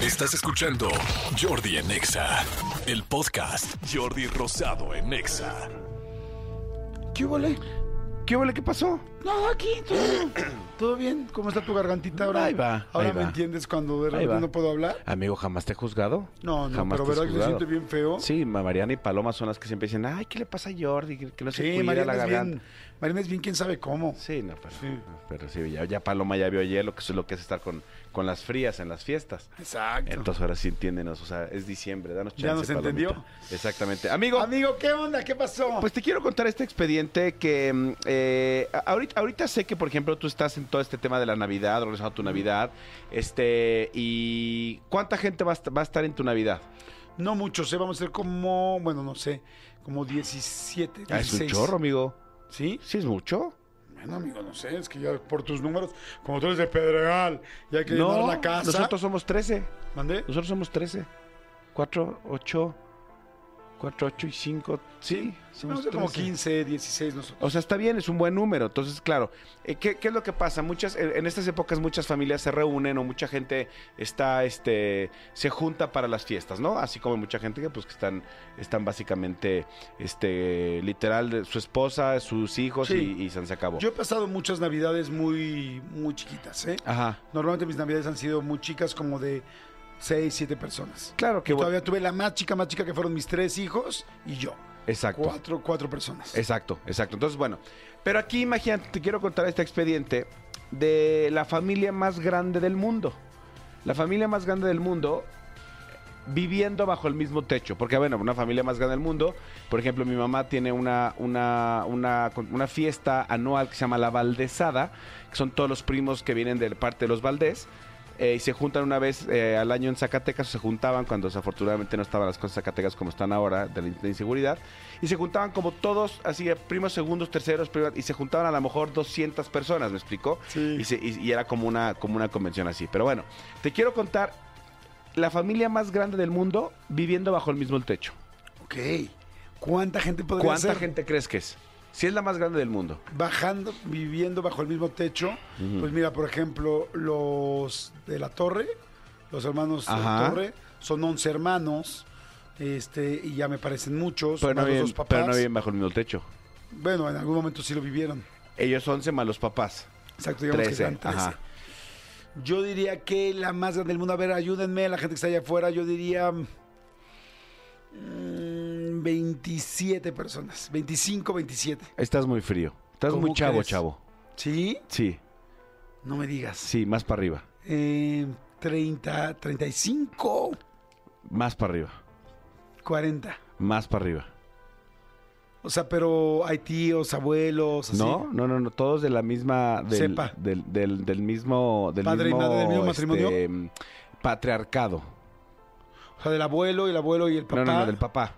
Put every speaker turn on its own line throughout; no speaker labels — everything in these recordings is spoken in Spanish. Estás escuchando Jordi en Exa, el podcast Jordi Rosado en Exa.
¿Qué hubo, le?
¿Qué huele? ¿Qué pasó?
No, aquí, todo, todo bien. ¿Cómo está tu gargantita ahora?
Ahí va,
Ahora
ahí
me
va.
entiendes cuando de
Ahí
repente
va.
no puedo hablar.
Amigo, ¿jamás te he juzgado?
No, no,
Jamás
pero
te has
¿verdad que se
juzgado.
siente bien feo?
Sí, ma- Mariana y Paloma son las que siempre dicen, ay, ¿qué le pasa a Jordi? Que que no se cuida
Mariana
la
es
garganta.
bien. Mariana es bien, quién sabe cómo.
Sí, no, pero
Sí.
pero sí, ya, ya Paloma ya vio ayer lo que es, lo que es estar con, con las frías en las fiestas.
Exacto.
Entonces ahora sí entiéndenos, o sea, es diciembre, danos chance.
¿Ya nos
Palomita.
entendió?
Exactamente. Amigo,
Amigo, ¿qué onda? ¿Qué pasó?
Pues te quiero contar este expediente que mm, eh, a- ahorita, ahorita sé que, por ejemplo, tú estás en todo este tema de la Navidad, organizando tu Navidad, este, y ¿cuánta gente va a, est- va a estar en tu Navidad?
no mucho, sé, vamos a ser como, bueno, no sé, como 17, 16.
Ah, es un chorro, amigo.
¿Sí?
¿Sí es mucho?
Bueno, amigo, no sé, es que ya por tus números, como tú eres de Pedregal, ya hay que llenar la casa.
nosotros somos 13,
¿Mandé?
nosotros somos 13. 4, 8, 4, 8 y 5, sí, somos
Vamos a ser como
13.
15, 16 nosotros.
O sea, está bien, es un buen número. Entonces, claro, eh, ¿qué, qué es lo que pasa? Muchas, en en estas épocas muchas familias se reúnen o mucha gente está, este, se junta para las fiestas, ¿no? Así como mucha gente que, pues, que están, están básicamente, este, literal, de su esposa, sus hijos
Sí.
y, y se se acabó.
Yo he pasado muchas navidades muy, muy chiquitas, ¿eh?
Ajá.
Normalmente mis navidades han sido muy chicas, como de 6, 7 personas.
Claro que,
Y
bueno.
todavía tuve la más chica, más chica que fueron mis tres hijos y yo.
Exacto.
Cuatro, cuatro personas.
Exacto, exacto. Entonces, bueno, pero aquí imagínate, te quiero contar este expediente de la familia más grande del mundo. La familia más grande del mundo viviendo bajo el mismo techo. Porque, bueno, una familia más grande del mundo, por ejemplo, mi mamá tiene una, una, una, una fiesta anual que se llama La Valdesada, que son todos los primos que vienen de parte de los Valdés. eh, y se juntan una vez eh, al año en Zacatecas, o se juntaban cuando desafortunadamente no estaban las cosas en Zacatecas como están ahora, de la in- de inseguridad, y se juntaban como todos, así, de primos, segundos, terceros, primas, y se juntaban a lo mejor 200 personas, ¿me explico?
Sí.
Y, se- y- y era como una, como una convención así. Pero bueno, te quiero contar la familia más grande del mundo viviendo bajo el mismo techo.
Ok. ¿Cuánta gente podría
¿Cuánta
ser?
gente crees que es? Si es la más grande del mundo.
Bajando, viviendo bajo el mismo techo. Pues mira, por ejemplo, los de la torre, los hermanos de la
Ajá.
torre, son 11 hermanos. Este, y ya me parecen muchos.
Pero no,
Pues, más los
viven,
dos papás.
pero no viven bajo el mismo techo.
Bueno, en algún momento sí lo vivieron.
Ellos 11 más los papás.
Exacto, digamos que
13,
eran 13.
ajá.
Yo diría que la más grande del mundo, a ver, ayúdenme, la gente que está allá afuera, yo diría mm, 27 personas, 25, 27.
Estás muy frío. Estás
¿Cómo
muy chavo,
crees?
chavo.
¿Sí?
Sí,
No me digas.
sí, más para arriba.
Eh, 30, 35,
Más para arriba.
40.
Más para arriba.
¿Ah, O sea, pero hay tíos, abuelos, así.
No, no, no, no, todos de la misma del,
Cepa.
del, del- del mismo del
Padre y
mismo,
madre del mismo
este,
matrimonio.
patriarcado.
O sea, del abuelo, el abuelo y el papá.
No, no, no, del papá.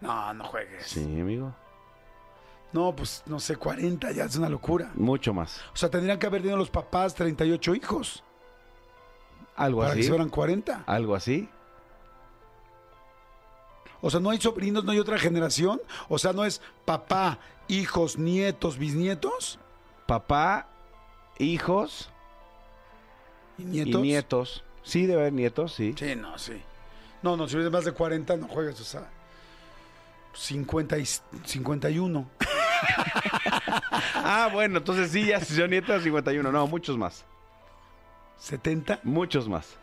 No, no juegues.
Sí, amigo.
No, pues no sé, 40 ya es una locura.
Mucho más.
O sea, tendrían que haber tenido los papás 38 hijos.
Algo
Para que
así.
se fueran 40.
Algo así.
O sea, no hay sobrinos, no hay otra generación. O sea, no es papá, hijos, nietos, bisnietos
Papá, hijos
y nietos.
y nietos. Sí, debe haber nietos, sí.
Sí, no, sí. No, no, si hubiera más de 40, no juegues, o sea. 50 y 51.
Ah, bueno, entonces sí, ya si son nietos 51. No, muchos más.
70.
Muchos más.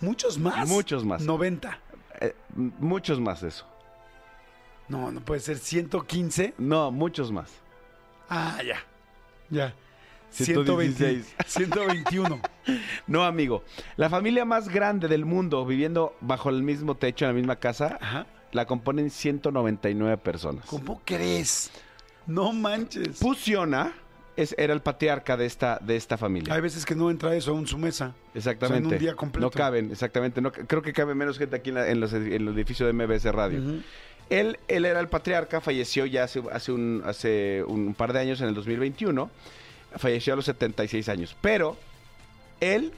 Muchos más.
Muchos más.
90.
Eh, m- muchos más eso.
No, no puede ser 115.
No, muchos más.
Ah, ya. Ya. 120,
116.
121.
No, amigo. La familia más grande del mundo viviendo bajo el mismo techo, en la misma casa,
Ajá.
la componen 199 personas.
¿Cómo crees? No manches.
Pusiona es, era el patriarca de esta, de esta familia.
Hay veces que no entra eso aún su mesa.
Exactamente.
O sea, en un día completo.
No caben, exactamente. No, ca- creo que cabe menos gente aquí en, la- en los, edi- en los edificios de MBS Radio.
Ujú.
él, él era el patriarca, falleció ya hace, hace, un, hace un par de años, en el 2021. Falleció a los 76 años. Pero él,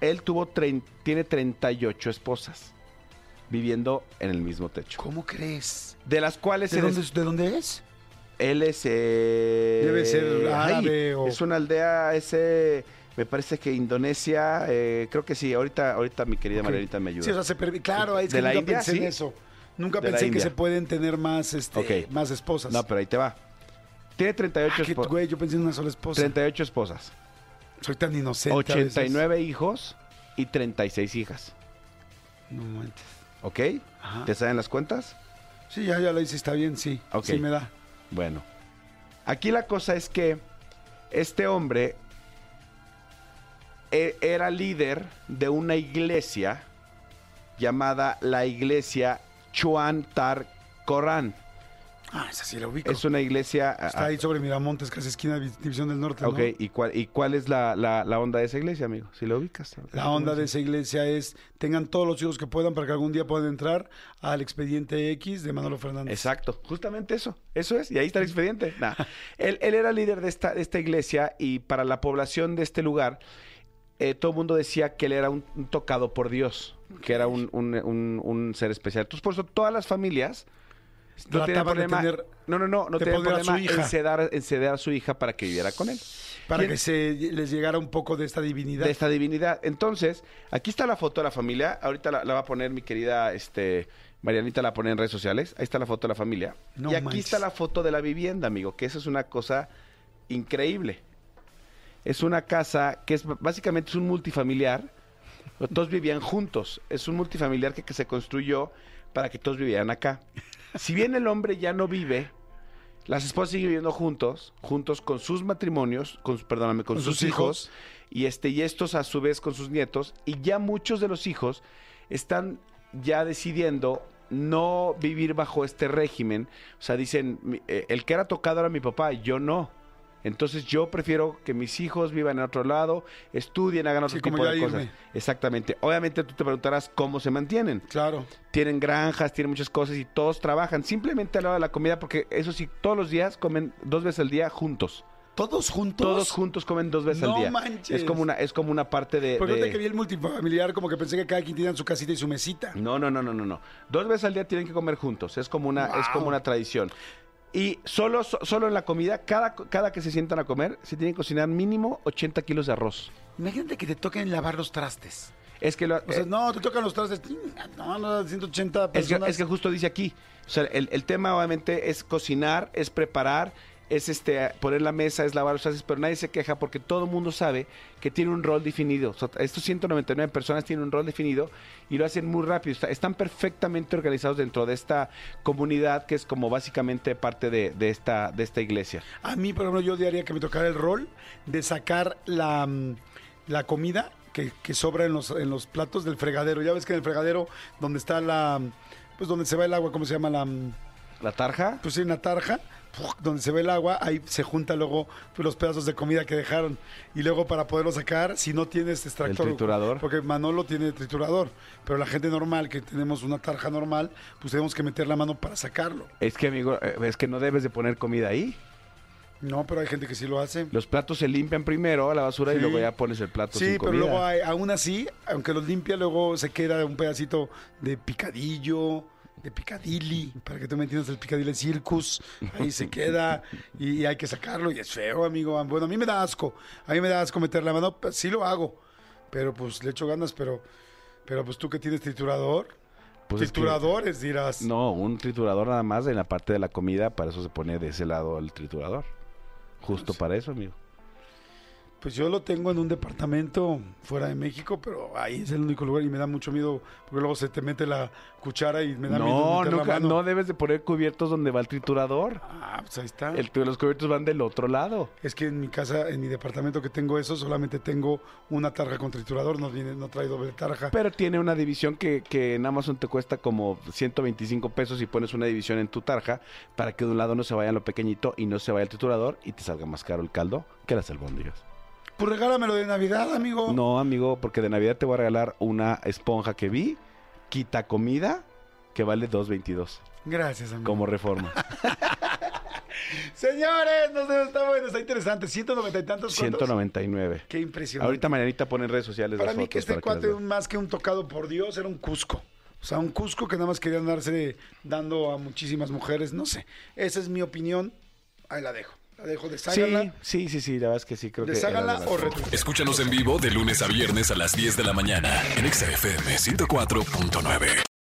él tuvo trein- tiene 38 esposas viviendo en el mismo techo.
¿Cómo crees?
De las cuales
¿De
él es-
dónde, es- de dónde es?
él es. eh,
Debe ser
ay,
árabe o-
Es una aldea, ese. Me parece que Indonesia, eh, creo que sí. Ahorita, ahorita mi querida
Ok.
Marianita me ayuda.
Sí, o sea, se permi- claro, ahí es
¿De
que
la
nunca
India,
pensé en
sí?
eso. Nunca
De la
pensé que
India.
se pueden tener más, este,
Ok.
más esposas.
No, pero ahí te va. Tiene 38,
Ah, qué
espo-
güey, yo pensé en una sola esposa.
38 esposas,
Soy tan inocente. a veces.
89 hijos y 36 hijas.
No manches.
¿Ok?
Ajá.
¿Te salen las cuentas?
Sí, ya, ya lo hice, está bien, sí.
Ok.
Sí me da.
Bueno, aquí la cosa es que este hombre e- era líder de una iglesia llamada la iglesia Chuan Tar Korán.
Ah, esa sí la ubico.
Es una iglesia... ah,
Está ahí sobre Miramontes, casi esquina de División del Norte. ¿no?
Ok, ¿y cuál, y cuál es la, la- la onda de esa iglesia, amigo? Si la ubicas.
La onda de esa iglesia es tengan todos los hijos que puedan para que algún día puedan entrar al expediente X de Manolo Fernández.
Exacto, justamente eso, eso es, y ahí está el expediente. Nah. Él, él era líder de esta, de esta iglesia y para la población de este lugar, eh, todo el mundo decía que él era un, un tocado por Dios, que era un, un- un- un ser especial. Entonces, por eso todas las familias no tenían
Trataban de
problema,
tener-
no, no, no, no
de
tenían
poner a su
problema
hija.
en sedar, en sedar a su hija para que viviera con él,
Para
Y-
que se les llegara un poco de esta divinidad.
de esta divinidad. Entonces, aquí está la foto de la familia, ahorita la, la va a poner mi querida este, Marianita, la pone en redes sociales, ahí está la foto de la familia.
No
y aquí
manches.
está la foto de la vivienda, amigo, que eso es una cosa increíble. Es una casa que es básicamente es un multifamiliar. Todos vivían juntos. Es un multifamiliar que, que se construyó para que todos vivieran acá. Si bien el hombre ya no vive, las esposas siguen viviendo juntos, juntos con sus matrimonios, con, su- perdóname, con,
Con
sus,
sus hijos.
hijos, y este y estos a su vez con sus nietos, y ya muchos de los hijos están ya decidiendo no vivir bajo este régimen. O sea, dicen, "Mi- eh, el que era tocado era mi papá, yo no. Entonces yo prefiero que mis hijos vivan en otro lado, estudien, hagan otro
Sí, como
tipo
ya
de cosas.
irme.
Exactamente. Obviamente tú te preguntarás cómo se mantienen.
Claro.
Tienen granjas, tienen muchas cosas y todos trabajan simplemente a la hora de la comida porque eso sí, todos los días comen dos veces al día juntos.
¿Todos juntos?
Todos juntos comen dos veces
No
al día.
manches. Pues
Es como una es como una parte de,
Porque
de-
ahorita que vi el multifamiliar, como que pensé que cada quien tenía su casita y su mesita.
No, no, no, no, no, no. Dos veces al día tienen que comer juntos. Es como una, es como
Wow.
una tradición. Y solo, so- solo en la comida, cada, cada que se sientan a comer, se tienen que cocinar mínimo 80 kilos de arroz.
Imagínate que te toquen lavar los trastes.
Es que, lo,
O sea,
eh,
no, te tocan los trastes. chinga, No, no, 180
es que,
personas.
es que justo dice aquí. O sea, el, el tema obviamente es cocinar, es preparar, es este poner la mesa, es lavar los trastes, pero nadie se queja porque todo el mundo sabe que tiene un rol definido. O sea, estos 199 personas tienen un rol definido y lo hacen muy rápido. Está- están perfectamente organizados dentro de esta comunidad que es como básicamente parte de, de esta, de esta iglesia.
A mí, por ejemplo, yo odiaría que me tocara el rol de sacar la, mm, la comida que, que sobra en los, en los platos del fregadero. Ya ves que en el fregadero, donde está la. mm, Pues donde se va el agua, ¿cómo se llama? La, mm,
La tarja.
pues sí, una tarja. ¡puj! Donde se ve el agua, ahí se junta luego pues, los pedazos de comida que dejaron. Y luego, para poderlo sacar, si no tienes extractor.
El triturador.
Porque Manolo tiene triturador. Pero la gente normal, que tenemos una tarja normal, pues tenemos que meter la mano para sacarlo.
Es que, amigo, eh, es que no debes de poner comida ahí.
No, pero hay gente que sí lo hace.
Los platos se limpian primero a la basura y
Sí.
luego ya pones el plato
Sí,
sin
pero
comida.
luego hay- aún así, aunque los limpia, luego se queda un pedacito de picadillo, de picadilly, para que tú me entiendas, el picadilly circus, ahí se queda y, y hay que sacarlo y es feo, amigo. Bueno, a mí me da asco, a mí me da asco meter la mano, pues, sí lo hago, pero pues le echo ganas, pero, pero pues tú que tienes triturador,
Pues es que-
trituradores dirás.
No, un triturador nada más en la parte de la comida, para eso se pone de ese lado el triturador. Justo para eso, amigo.
Pues yo lo tengo en un departamento fuera de México, pero ahí es el único lugar y me da mucho miedo porque luego se te mete la cuchara y me da miedo.
No,
meter la
nunca-
mano.
no debes de poner cubiertos donde va el triturador.
Ah, pues ahí está.
El- los cubiertos van del otro lado.
Es que en mi casa, en mi departamento que tengo eso, solamente tengo una tarja con triturador, no, viene, no trae doble tarja.
Pero tiene una división que, que en Amazon te cuesta como 125 pesos y pones una división en tu tarja para que de un lado no se vaya lo pequeñito y no se vaya el triturador y te salga más caro el caldo que las albóndigas.
Pues regálamelo de Navidad, amigo.
No, amigo, porque de Navidad te voy a regalar una esponja que vi, quita comida, que vale 2.22
Gracias, amigo.
como reforma.
Señores, nos vemos, está bueno, está interesante. 190 y tantos. ¿cuántos?
199.
Qué impresionante.
Ahorita Marianita pone en redes sociales
Para
las
mí
fotos
que este
para que
cuate,
las vean.
un- más que un tocado por Dios, era un Cusco. O sea, un Cusco que nada más quería andarse dando a muchísimas mujeres, no sé. Esa es mi opinión. Ahí la dejo. La dejo, deshágala.
Sí, sí, sí, sí, la verdad es que sí, creo que. era de
Deshágala
las-
o retweet.
Escúchanos en vivo de lunes a viernes a las 10 de la mañana en Exa FM 104.9.